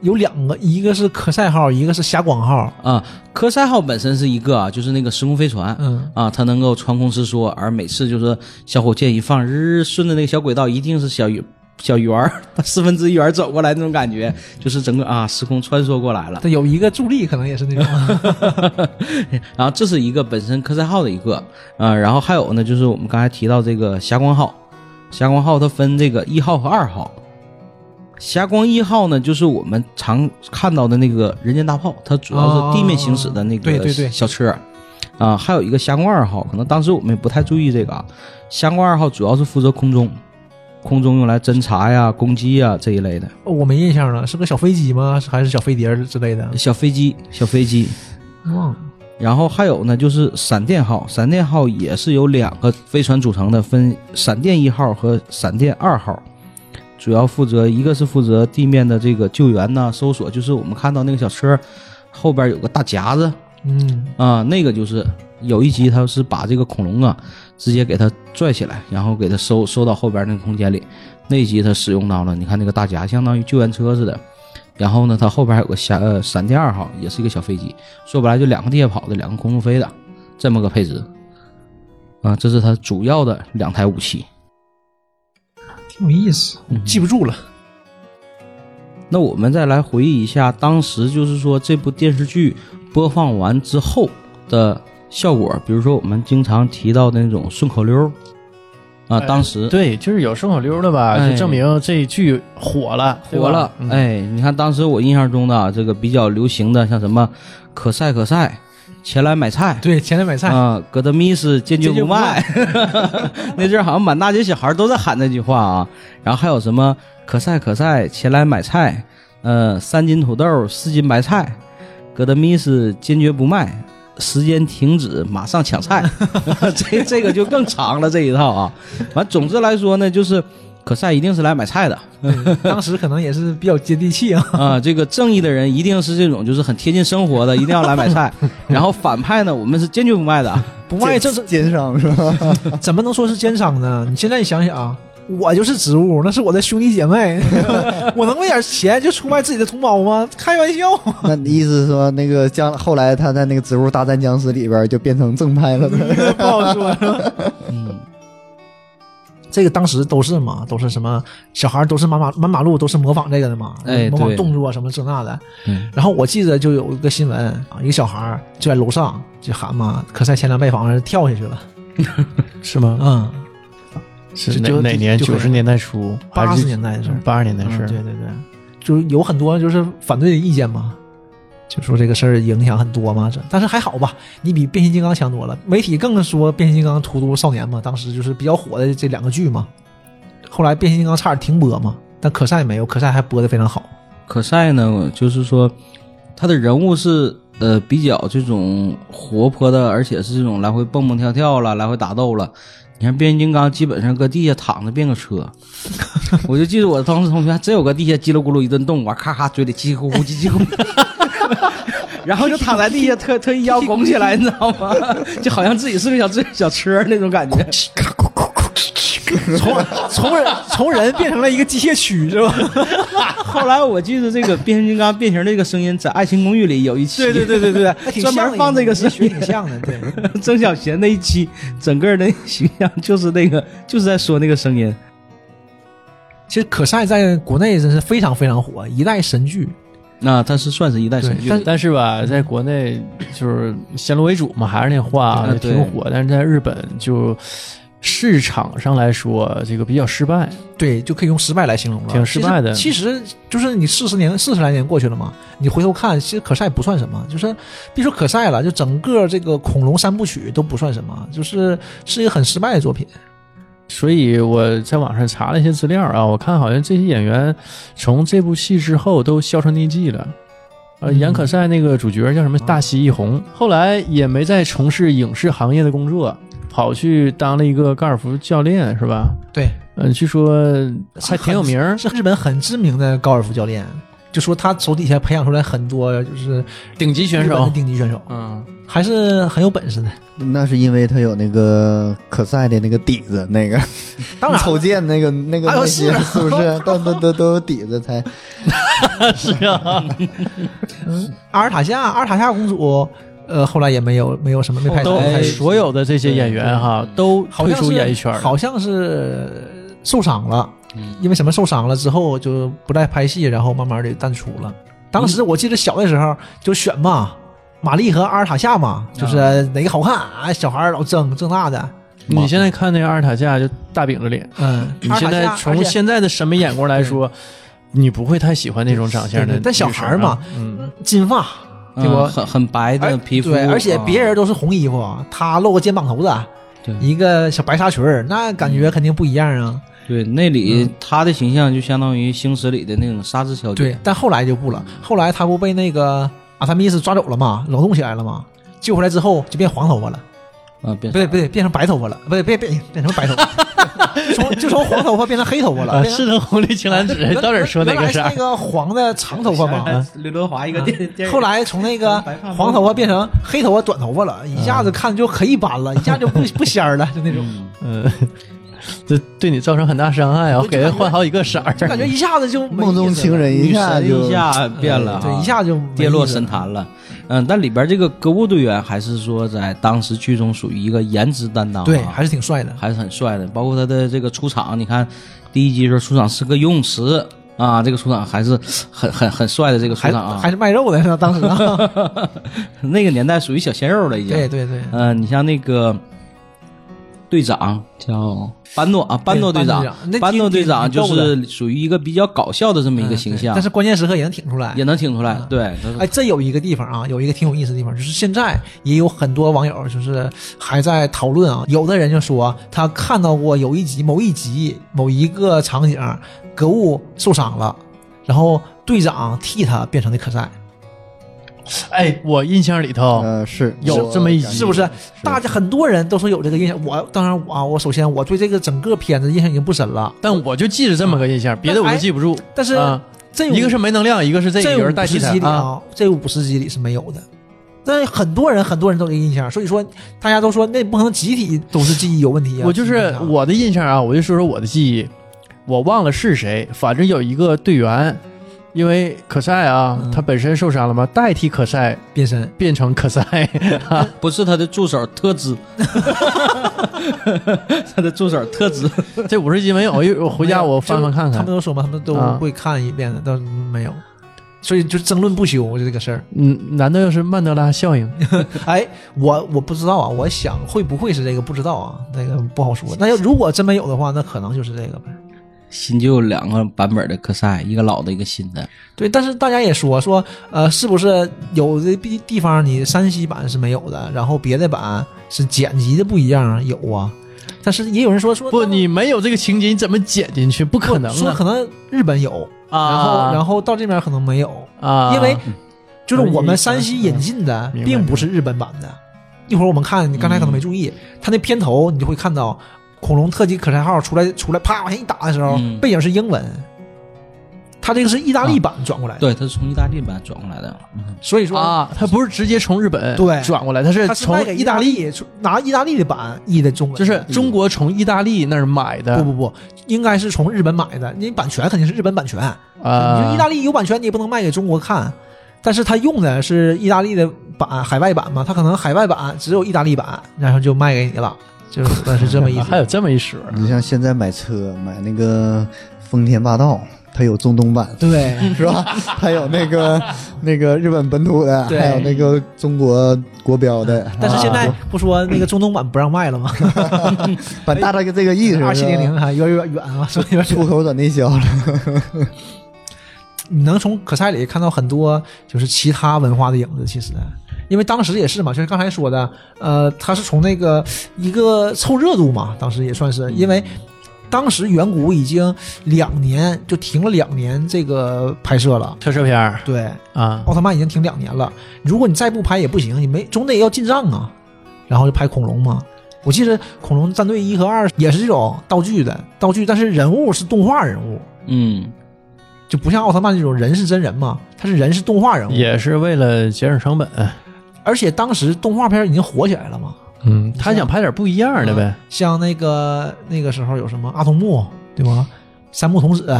C: 有两个，一个是科赛号，一个是霞光号。
E: 啊。科赛号本身是一个啊，就是那个时空飞船，
C: 嗯
E: 啊，它能够穿空伸缩，而每次就是小火箭一放，日顺着那个小轨道，一定是小圆小圆儿， (laughs) 四分之一圆儿走过来那种感觉，就是整个啊时空穿梭过来了。
C: 对，有一个助力，可能也是那 (laughs) 种。
E: 然后这是一个本身科赛号的一个，呃，然后还有呢，就是我们刚才提到这个霞光号，霞光号它分这个一号和二号。霞光一号呢，就是我们常看到的那个人间大炮，它主要是地面行驶的那
C: 哦对
E: 个
C: 对对
E: 小车，啊、还有一个霞光二号，可能当时我们也不太注意这个啊。霞光二号主要是负责空中，空中用来侦察呀、攻击呀这一类的
C: 哦我没印象了，是个小飞机吗？是还是小飞碟儿之类的？
E: 小飞机、小飞机。
C: 忘了。
E: 然后还有呢，就是闪电号，闪电号也是由两个飞船组成的，分闪电一号和闪电二号，主要负责一个是负责地面的这个救援呐、搜索，就是我们看到那个小车后边有个大夹子
C: 嗯，
E: 啊，那个就是有一集他是把这个恐龙啊直接给它拽起来，然后给它收收到后边那个空间里，那一集他使用到了，你看那个大夹相当于救援车似的。然后呢，它后边还有个闪呃闪电二号，也是一个小飞机，说白了就两个地下跑的，两个空中飞的，这么个配置。啊，这是它主要的两台武器。
C: 挺有意思，嗯记不住了。
E: 那我们再来回忆一下，当时就是说这部电视剧播放完之后的效果，比如说我们经常提到的那种顺口溜儿，啊，
B: 哎
E: 当时
B: 对，就是有顺口溜的吧，
E: 哎
B: 就证明这剧火了，对吧
E: 火了。
B: 嗯
E: 哎，你看当时我印象中的啊这个比较流行的，像什么可赛可赛，前来买菜，
C: 对，前来买菜，
E: 啊，戈德米斯坚决
C: 坚决
E: 不
C: 不
E: 卖。 (laughs) 那阵儿好像满大街小孩都在喊这句话啊。然后还有什么可赛可赛，前来买菜，呃，三斤土豆，四斤白菜，戈德米斯坚决不卖。时间停止，马上抢菜， (laughs) 这这个就更长了这一套啊。完，总之来说呢，就是可赛一定是来买菜的，
C: (laughs) 当时可能也是比较接地气啊。
E: 啊，这个正义的人一定是这种，就是很贴近生活的，一定要来买 (laughs) 菜。然后反派呢，我们是坚决不卖的。
C: (laughs) 不卖这是
D: 奸商是吧？
C: 怎么能说是奸商呢？你现在想想啊，我就是植物，那是我的兄弟姐 (laughs) 妹，我能为点钱就出卖自己的同胞吗？开玩笑。
D: 那你意思说，那个将后来他在那个《植物大战僵尸》里边就变成正派了呢？
C: 不好说。
E: 嗯，
C: (laughs) 这个当时都是嘛，都是什么小孩儿都是满马满马路都是模仿这个的嘛，
E: 哎
C: 模仿
E: 对
C: 动作啊什么这那的。
E: 嗯
C: 然后我记得就有一个新闻啊，一个小孩儿就在楼上就喊嘛，可赛前来拜访，跳下去了。
B: 是吗？
C: 嗯，
B: 是
C: 就
B: 哪
C: 就
B: 哪年？
C: 就
B: 九十年代初，
C: 八十年代的事儿，
B: 八十年代
C: 嗯
B: 是？
C: 对对对，就是有很多就是反对的意见嘛。就说这个事儿影响很多嘛，这但是还好吧，你比变形金刚强多了。媒体更说变形金刚荼毒少年嘛，当时就是比较火的这两个剧嘛。后来变形金刚差点停播嘛，但可赛没有，可赛还播的非常好。
E: 可赛呢，就是说他的人物是呃比较这种活泼的，而且是这种来回蹦蹦跳跳了，来回打斗了。你看变形金刚基本上搁地下躺着变个 (laughs) 车，我就记得我当时同学还真有个地下叽里咕噜一顿动，完咔咔嘴里叽叽咕咕叽叽咕咕，然后就躺在地下特特意腰拱起来，你知道吗？ (laughs) 就好像自己是个小自小车那种感 (laughs) 觉。
C: 从从人从人变成了一个机械曲是吧？
E: 后来我记得这个变形金刚变形这个声音在《爱情公寓》里有一期，对对对对
C: 还
E: 对
C: 挺
E: 专
C: 像
E: 门放这个声
C: 学
E: 音
C: 挺。像的，对。
E: (laughs) 曾小贤那一期，整个的形象就是那个，就是在说那个声音。
C: 其实可赛在国内真是非常非常火，一代神剧。
E: 那他是算是一代神剧，
B: 但但是吧，在国内就是先入为主嘛，还是那话啊
E: 啊对
B: 挺火，但是在日本就市场上来说，这个比较失败，
C: 对，就可以用失败来形容了，
B: 挺失败的
C: 其实其实就是你四十年、四十来年过去了嘛，你回头看，其实可赛不算什么，就是别说可赛了，就整个这个恐龙三部曲都不算什么，就是是一个很失败的作品。
B: 所以我在网上查了一些资料啊，我看好像这些演员从这部戏之后都销声匿迹了，呃，严可赛那个主角叫什么大西一红，后来也没再从事影视行业的工作，跑去当了一个高尔夫教练，是吧？
C: 对，
B: 嗯，据说还挺有名儿。
C: 是日本很知名的高尔夫教练，就说他手底下培养出来很多就是
B: 顶级选
C: 日本的
B: 手。
C: 顶级选手，
B: 嗯，
C: 还是很有本事的。
D: 那是因为他有那个可赛的那个底子，那个
C: 当然了
D: 瞅见那个那个
C: 哎呦
D: 那些
C: 是啊
D: 是不
C: (laughs)
D: 是都都都都有底子才
C: 阿尔塔夏，阿尔塔夏公主，呃，后来也没有没有什么没拍
B: 哦都
C: 成，
E: 哎
B: 所有的这些演员哈，都
C: 好
B: 退
C: 像
B: 出
C: 是
B: 演艺圈了。
C: 好像是受伤了，因为什么受伤了之后就不再拍戏，然后慢慢的淡出了。当时我记得小的时候就选嘛，玛丽和阿尔塔夏嘛，就是哪个好看啊？小孩儿老争争那的，
B: 你现在看那个阿尔塔夏，就大饼着脸。
C: 嗯，
B: 你
C: 阿尔
B: 现
C: 塔
B: 在
C: 夏
B: 从
C: 而且
B: 现在的审美眼光来说，你不会太喜欢那种长相
C: 对
B: 的。
C: 对但小孩儿嘛，
B: 嗯，
C: 金发，
E: 嗯
C: 对不
E: 很很白的
C: 而
E: 皮肤，
C: 对，而且
E: 啊
C: 别人都是红衣服，她露个肩膀头子，
E: 对
C: 一个小白纱裙儿，那感觉肯定不一样啊。
E: 对那
C: 嗯
E: 里他的形象就相当于星矢里的那种纱之小姐，
C: 对，但后来就不了。后来他不被那个阿萨密斯抓走了嘛，冷冻起来了嘛，救回来之后就变黄头发了，
E: 啊，变
C: 不对不对，变成白头发了，不对变变变成白头发， (laughs) 从就从黄头发变成黑头发了。
B: 啊，
C: 变成
B: 是的，红绿青
E: (laughs)
B: 蓝紫，到底说哪
C: 原
B: 个
C: 来是
B: 啥
C: 那？个黄的长头发嘛，
E: 刘德华一个电
C: 后来从那个
E: 白发嘛
C: 黄头发变成黑头发、短头发了，一下子看就可一般了，一下就不不仙儿了，就那种，
B: 嗯，这对你造成很大伤害啊！我给他换好几个色儿，
C: 就感觉一下子就没
D: 梦中
C: 意思了
D: 情人
E: 女
D: 下
E: 神
D: 就
E: 一下变了啊，
C: 嗯对，一下就没
E: 跌落
C: 意思
E: 神
C: 了。
E: 坛了。嗯，但里边这个歌舞队员还是说在当时剧中属于一个颜值担当啊，
C: 对，还是挺帅的。
E: 还是很帅的。包括他的这个出场，你看第一集的时候出场是个游泳池啊，这个出场还是很很很帅的这个出
C: 还
E: 场啊
C: 还，是卖肉的，当时啊，
E: 那个年代属于小鲜肉了已经。
C: 对对对，
E: 呃，你像那个队长叫班诺啊，班诺队长
C: 班诺队长那，
E: 班诺队长
C: 挺
E: 就
C: 挺挺逗嗯
E: 是属于一个比较搞笑的这么一个形象，
C: 但是关键时刻也能挺出来
E: 也。能听出来。对，他是
C: 哎，这有一个地方啊，有一个挺有意思的地方，就是现在也有很多网友就是还在讨论啊，有的人就说他看到过有一集某一集某一个场景，格物受伤了，然后队长替他变成的可赛，
B: 哎，我印象里头，
D: 呃是
B: 有这么一集
C: 是不是？大家很多人都说有这个印象，我当然我啊，我首先我对这个整个片子印象已经不深了，
B: 但我就记着这么个印象，别的我都记不住。
C: 嗯但是
B: 啊，
C: 这
B: 一个是没能量，一个是这
C: 这
B: 个人代
C: 五
B: 替
C: 十
B: 他
C: 集里
B: 啊。
C: 啊，这五十集里是没有的。但很多人很多人都有印象，所以说大家都说那不可能集体都是记忆有问题啊。
B: 我就是我的印象啊，我就说说我的记忆，我忘了是谁，反正有一个队员，因为可赛啊
C: 嗯，
B: 他本身受伤了嘛，代替可赛
C: 变身，
B: 变成可
C: (laughs)
B: 赛，
E: 不是他的助手特兹， (laughs) 他的助手特兹，
B: 这五十集没有，我一我哎回家我翻翻看
C: 他
B: 看
C: 们。都说嘛，他们都
B: 啊
C: 会看一遍的，但没有，所以就争论不休就这个事儿。
B: 嗯，难道又是曼德拉效
C: (laughs)
B: 应？
C: 哎，我我不知道啊，我想会不会是这个不知道啊，那个不好说。那要如果真没有的话，那可能就是这个呗。
E: 新旧两个版本的科赛，一个老的，一个新的。
C: 对，但是大家也说说，呃，是不是有的地地方你山西版是没有的，然后别的版是剪辑的不一样有啊？但是也有人说说
B: 不，你没有这个情节，你怎么剪进去？不可能
C: 说
B: 啊！
C: 可能日本有，然后、
B: 啊，
C: 然后到这边可能没有，
B: 啊，
C: 因为就是我
B: 啊
C: 们山西引进的
B: 明白嗯
C: 并不是日本版的。一会儿我们看，你刚才可能没注意，它那片头你就会看到恐龙特级可赛号出来出来啪往下一打的时候，
E: 嗯
C: 背景是英文。它这个是意
B: 啊
C: 大利版转过来的，
E: 对，他是从意大利版转过来的。
C: 所以说
B: 啊，他不是直接从日本
C: 对
B: 转过来，他是
C: 他是卖给
B: 从
C: 意大，利出拿意大利的版译的中文，
B: 就是中国从意大利那儿买的
C: 不不不，应该是从日本买的，你版权肯定是日本版权。你
B: 啊
C: 说意大利有版权，你也不能卖给中国看，但是他用的是意大利的版，海外版嘛，他可能海外版只有意大利版，然后就卖给你了，就是是这么意思。
B: 还有这么一说，
D: 你像现在买车买那个丰田霸道，它有中东版，
C: (laughs) 对，
D: (laughs) 是吧？还有那个
C: (laughs)
D: 那个日本本土的，
C: 对
D: 还有那个中国国标的，
C: 但是现在
D: 啊
C: 不说那个中东版不让卖 (laughs) 了吗？
D: 把大概这个意思，
C: 二七零零还有点远啊，所以说
D: 出口转内销了，
C: 你能从可赛里看到很多就是其他文化的影子，其实，因为当时也是嘛，就是刚才说的，呃，他是从那个一个凑热度嘛，当时也算是，因为当时远古已经两年就停了两年这个拍摄了，
B: 特摄片儿
C: 对，
B: 啊，
C: 奥特曼已经停两年了，如果你再不拍也不行，你没总得要进账啊。然后就拍恐龙嘛，我记得恐龙战队一和二也是这种道具的道具，但是人物是动画人物，
E: 嗯，
C: 就不像奥特曼这种人是真人嘛，他是人是动画人物，
B: 也是为了节省成本。
C: 而且当时动画片已经火起来了嘛，
B: 嗯，他想拍点不一样的呗。
C: 像那个那个时候有什么阿童木对吧？三木童子，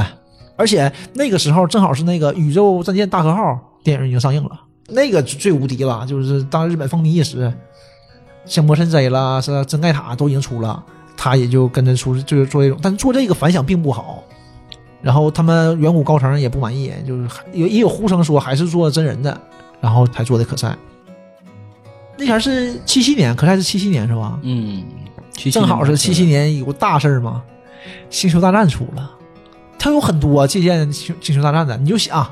C: 而且那个时候正好是那个宇宙战舰大和号电影已经上映了，那个最无敌了，就是当日本风靡一时，像魔神 Z 啦、是真盖塔都已经出了，他也就跟着出，就是做这种，但做这个反响并不好。然后他们远古高层也不满意，就是还有也有呼声说还是做真人的，然后才做的可赛。那前是七七年，可赛是七七年是吧？
E: 嗯，77
C: 正好是七七年有个大事儿嘛，《星球大战》出了，它有很多借鉴《星星球大战》的，你就想、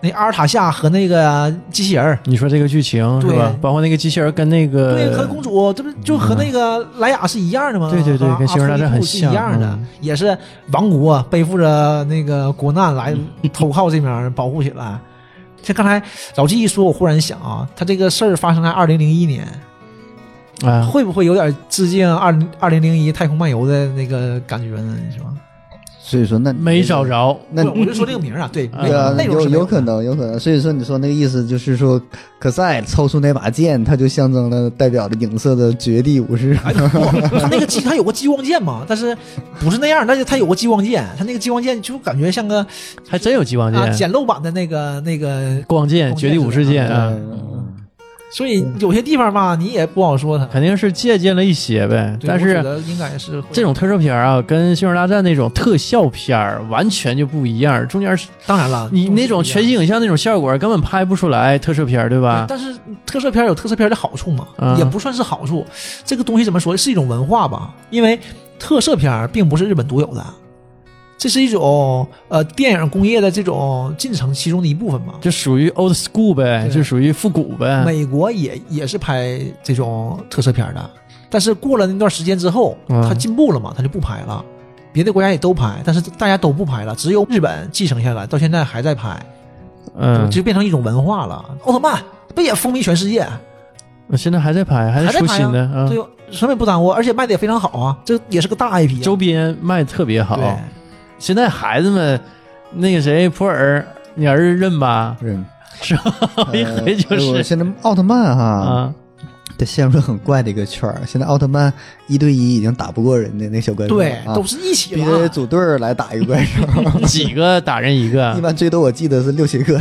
C: 那阿尔塔夏和那个机器人儿，
B: 你说这个剧情是
C: 对
B: 吧？包括那个机器人跟那个
C: 对，和公主，这不就和那个莱雅是一样的吗？
B: 对对对
C: 和
B: 跟星球大战很像
C: 阿托伊布是一样的，
B: 嗯
C: 也是王国背负着那个国难
B: (laughs)
C: 来投靠这边保护起来。这刚才老纪一说，我忽然想啊，他这个事儿发生在二零零一年，
B: 啊，
C: 会不会有点致敬二二零零一《太空漫游》的那个感觉呢？你说？
D: 所以说那
B: 没找着。
D: 那
C: 不我就说这个名儿啊，
B: 嗯
C: 对，
D: 对啊，
C: 内容
D: 有
C: 是没
D: 有可能，有可能。所以说，你说那个意思就是说，可赛抽出那把剑，它就象征了代表了影射的绝地武士。
B: 哎
D: (laughs)
C: 不他那个激，他有个激光剑嘛， (laughs) 但是不是那样，但是他有个激光剑，他那个激光剑就感觉像个
B: 还真有激光
C: 啊
B: 剑、
C: 简陋版的那个那个，
B: 光剑、绝地武士剑啊，
D: 嗯
C: 所以有些地方吧，你也不好说他。
B: 肯定是借鉴了一些呗。
C: 对
B: 但
C: 我觉
B: 是
C: 得应该是会
B: 这，种特摄片啊，跟《星球大战》那种特效片儿完全就不一样，中间是
C: 当然了，
B: 你那种全息
C: 对。
B: 影像那种效果根本拍不出来特摄片儿，对吧？
C: 但是特色片有特色片的好处嘛，
B: 嗯
C: 也不算是好处。这个东西怎么说，是一种文化吧？因为特色片并不是日本独有的，这是一种呃电影工业的这种进程其中的一部分嘛。
B: 就属于 old school 呗，
C: 对
B: 就属于复古呗。
C: 美国也也是拍这种特色片的，但是过了那段时间之后，
B: 嗯
C: 他进步了嘛，他就不拍了。别的国家也都拍，但是大家都不拍了，只有日本继承下来，到现在还在拍，
B: 嗯，
C: 就变成一种文化了。奥特曼不也风靡全世界，
B: 现在还在拍，还
C: 还
B: 在
C: 在
B: 出
C: 拍
B: 新
C: 啊
B: 的啊
C: 对，，什么也不耽误，而且卖的也非常好啊，这也是个大 IP 啊、
B: 周边卖得特别好。
C: 对，
B: 现在孩子们，那个谁普洱，你儿子认吧？
D: 嗯，
B: (laughs) 是吧？一回就
D: 呃我
B: 是
D: 现在奥特曼哈，
B: 啊，
D: 它陷入了很怪的一个圈儿。现在奥特曼一对一已经打不过人的那小怪兽，
C: 对，
D: 啊
C: 都是一起
D: 必须
C: 的
D: 得
C: 啊。
D: 组队儿来打一个
B: (laughs)
D: 怪兽。 (laughs)
B: 几个打人一
D: 一
B: 个。
D: 般最多我记得是六七
B: (laughs)
D: 个，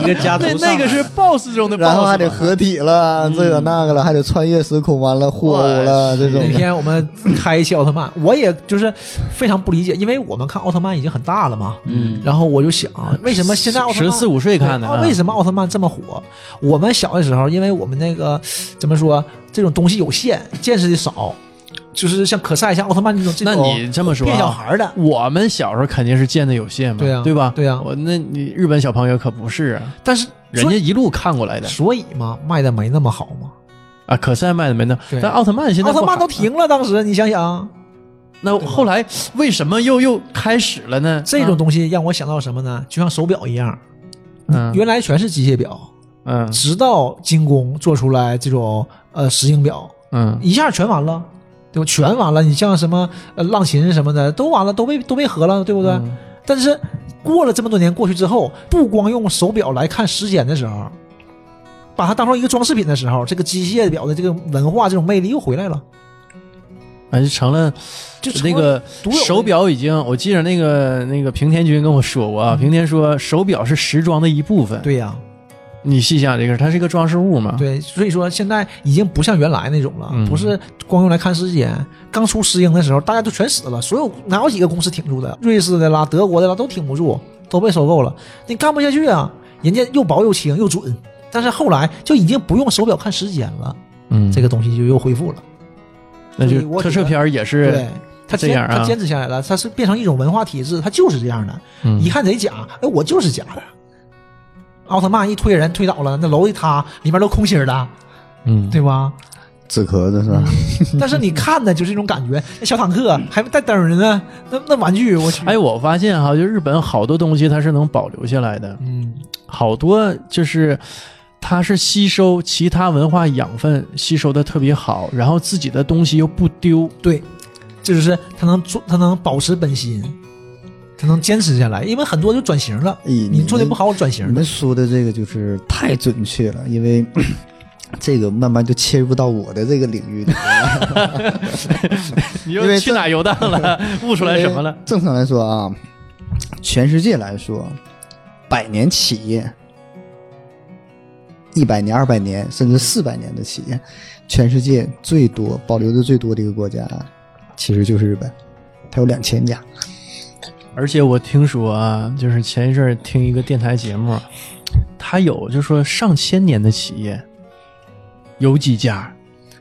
E: 一个家族
B: 那
E: 上来
B: 那个是 BOSS 中的 BOSS，
D: 然后还得
B: 吧
D: 合体了，
B: 嗯
D: 这个那个了，还得穿越时空，完了互殴了这种
C: 那
D: 的。
C: 天我们开一期奥特
B: (laughs)
C: 曼，我也就是非常不理解，因为我们看奥特曼已经很大了嘛，
E: 嗯，
C: 然后我就想，为什么现在奥特曼
B: 啊十四五岁看的
C: 对
B: 啊
C: 为什么奥特曼这么火？我们小的时候，因为我们那个怎么说，这种东西有限，见识的少，就是像可赛、像奥特曼这种这
B: 那
C: 种
B: 你这么说啊
C: 骗小孩的，
B: 我们小时候肯定是见的有限嘛，
C: 对啊
B: 吧？
C: 对啊
B: 我那你日本小朋友可不是啊，
C: 但是
B: 人家一路看过来的
C: 所以所以嘛，卖的没那么好嘛。
B: 啊，可赛卖的没呢
C: 对。
B: 但奥特曼现在
C: 奥特
B: 不
C: 曼
B: 好
C: 都停了，当时你想想，
B: 那
C: 吧
B: 后来为什么又又开始了呢？
C: 这种东西让我想到什么呢？就像手表一样，
B: 啊嗯
C: 原来全是机械表，
B: 嗯
C: 直到精工做出来这种呃石英表，
B: 嗯
C: 一下全完了，对吧？全完了，你像什么呃浪琴什么的都完了，都被都被合了，对不对？
B: 嗯
C: 但是过了这么多年过去之后，不光用手表来看时间的时候，把它当成一个装饰品的时候，这个机械表的这个文化这种魅力又回来了，
B: 啊，就成了
C: 就成
B: 那
C: 了
B: 个
C: 独有的
B: 手表已经，我记得那个那个平田君跟我说过啊，平田说手表是时装的一部分。
C: 嗯对呀、
B: 你细想这个，它是一个装饰物嘛？
C: 对，所以说现在已经不像原来那种了，
B: 啊嗯
C: 不是光用来看时间。刚出石英的时候，大家都全死了，所有哪有几个公司挺住的？瑞士的啦、德国的啦都挺不住，都被收购了。你干不下去啊，人家又薄又轻又准。但是后来就已经不用手表看时间了，
B: 嗯，
C: 这个东西就又恢复了。
B: 那
C: 所以
B: 就
C: 我
B: 特
C: 觉
B: 摄
C: 得
B: 片儿也
C: 对
B: 是，
C: 他
B: 这
C: 坚
B: 样啊
C: 他坚持下来了，他是变成一种文化体制，他就是这样的。
B: 嗯
C: 一看贼假，哎，我就是假的。奥特曼一推人推倒了，那楼一塌，里面都空心儿的，
B: 嗯，
C: 对吧？
D: 纸壳子是吧？
C: 但是你看呢，就是一种感觉，那小坦克还没带灯儿呢，那那玩具，我去，
B: 哎，我发现哈，就日本好多东西它是能保留下来的，
C: 嗯，
B: 好多就是它是吸收其他文化养分，吸收的特别好，然后自己的东西又不丢。
C: 对，这就是他能做，他能保持本心，他能坚持下来，因为很多就转型了，
D: 咦
C: 你做的不好，我转
D: 哎你
C: 型了
D: 们，说的这个就是太准确了，因为 (clears throat) 这个慢慢就切入到我的这个领域里面了。
B: 你
D: 因
B: 又 (laughs)
D: 为
B: 去
D: 这
B: 哪游荡
C: (laughs)
B: 了？悟出来什么了？？
D: 正常来说啊，全世界来说，百年企业、一百年、二百年甚至四百年的企业，全世界最多保留的最多的一个国家，其实就是日本，它有两千家。
B: 而且我听说啊，就是前一阵儿听一个电台节目，它有就说上千年的企业，有几家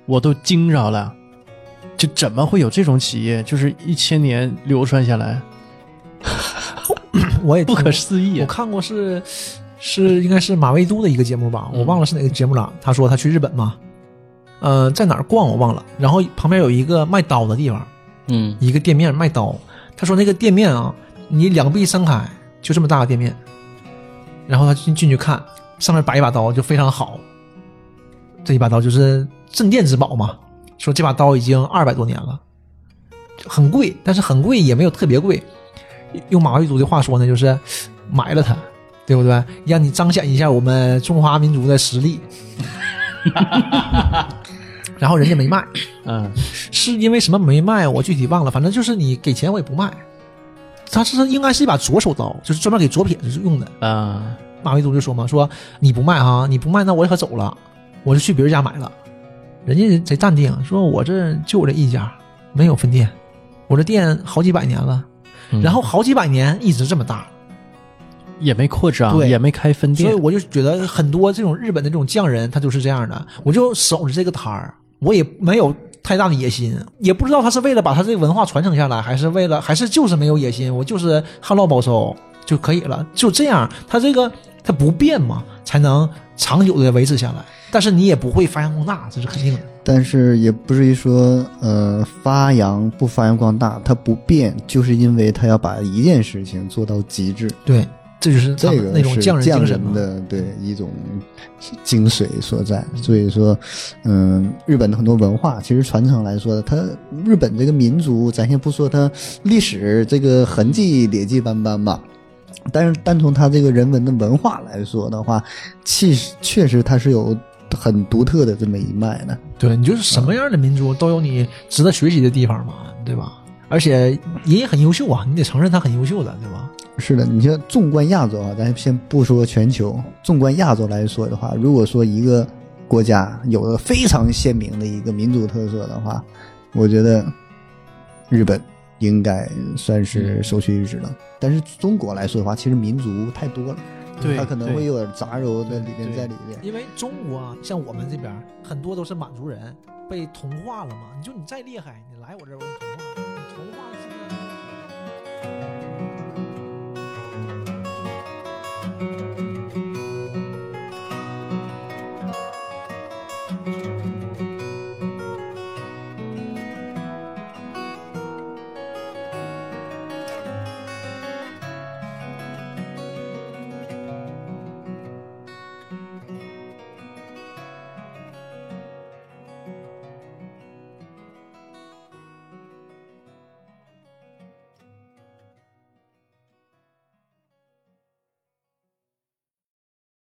B: 我都惊着了，就怎么会有这种企业，就是一千年流传下来，
C: 我也
B: 不
C: 听
B: 可思议
C: 我
B: 啊。
C: 看过是是应该是马未都的一个节目吧，
B: 嗯
C: 我忘了是哪个节目了。他说他去日本嘛，呃，在哪儿逛我忘了，然后旁边有一个卖刀的地方，
E: 嗯，
C: 一个店面卖刀。他说那个店面啊，你两臂伸开，就这么大个店面，然后他进进去看，上面摆一把刀就非常好，这一把刀就是镇店之宝嘛。说这把刀已经二百多年了，很贵，但是很贵也没有特别贵。用马未都的话说呢，就是埋了它，对不对？让你彰显一下我们中华民族的实力。 (laughs) 然后人家没卖，
B: 嗯，
C: 是因为什么没卖，我具体忘了，反正就是你给钱我也不卖。它是应该是一把左手刀，就是专门给左撇子用的。
B: 啊，
C: 马未都就说嘛，说你不卖哈，你不卖那我也可走了，我就去别人家买了。人家贼淡定，说我这就我这一家，没有分店，我这店好几百年了，
B: 嗯
C: 然后好几百年一直这么大，
B: 也没扩张，
C: 对
B: 也没开分
C: 所以
B: 店，
C: 我就觉得很多这种日本的这种匠人，他就是这样的。我就守着这个摊儿，我也没有太大的野心，也不知道他是为了把他这个文化传承下来，还是为了还是就是没有野心，我就是旱涝保收就可以了，就这样。他这个他不变嘛，才能长久的维持下来。但是你也不会发扬光大，这是肯定的。
D: 但是也不至于说，呃，发扬不发扬光大，它不变，就是因为它要把一件事情做到极致，
C: 对，这就是
D: 这
C: 他们
D: 个
C: 那种
D: 是
C: 匠人精神
D: 人
C: 嘛。嗯
D: 的对一种精髓所在。所以说，嗯，日本的很多文化其实传承来说，它日本这个民族，咱先不说它历史这个痕迹劣迹斑斑吧。但是单从它这个人文的文化来说的话，其实确实它是有很独特的这么一脉的。
C: 对，你就是什么样的民族都有你值得学习的地方嘛，对吧？而且人也很优秀啊，你得承认他很优秀的，对吧？
D: 是的，你像纵观亚洲啊，咱先不说全球，纵观亚洲来说的话，如果说一个国家有了非常鲜明的一个民族特色的话，我觉得日本应该算是
B: 嗯
D: 首屈一指了。但是中国来说的话，其实民族太多了，
B: 对
D: 它可能
B: 对
D: 会有点杂糅在里边，
B: 对
D: 在里边。
C: 因为中国啊，像我们这边儿很多都是满族人，被同化了嘛。你就你再厉害，你来我这儿我给你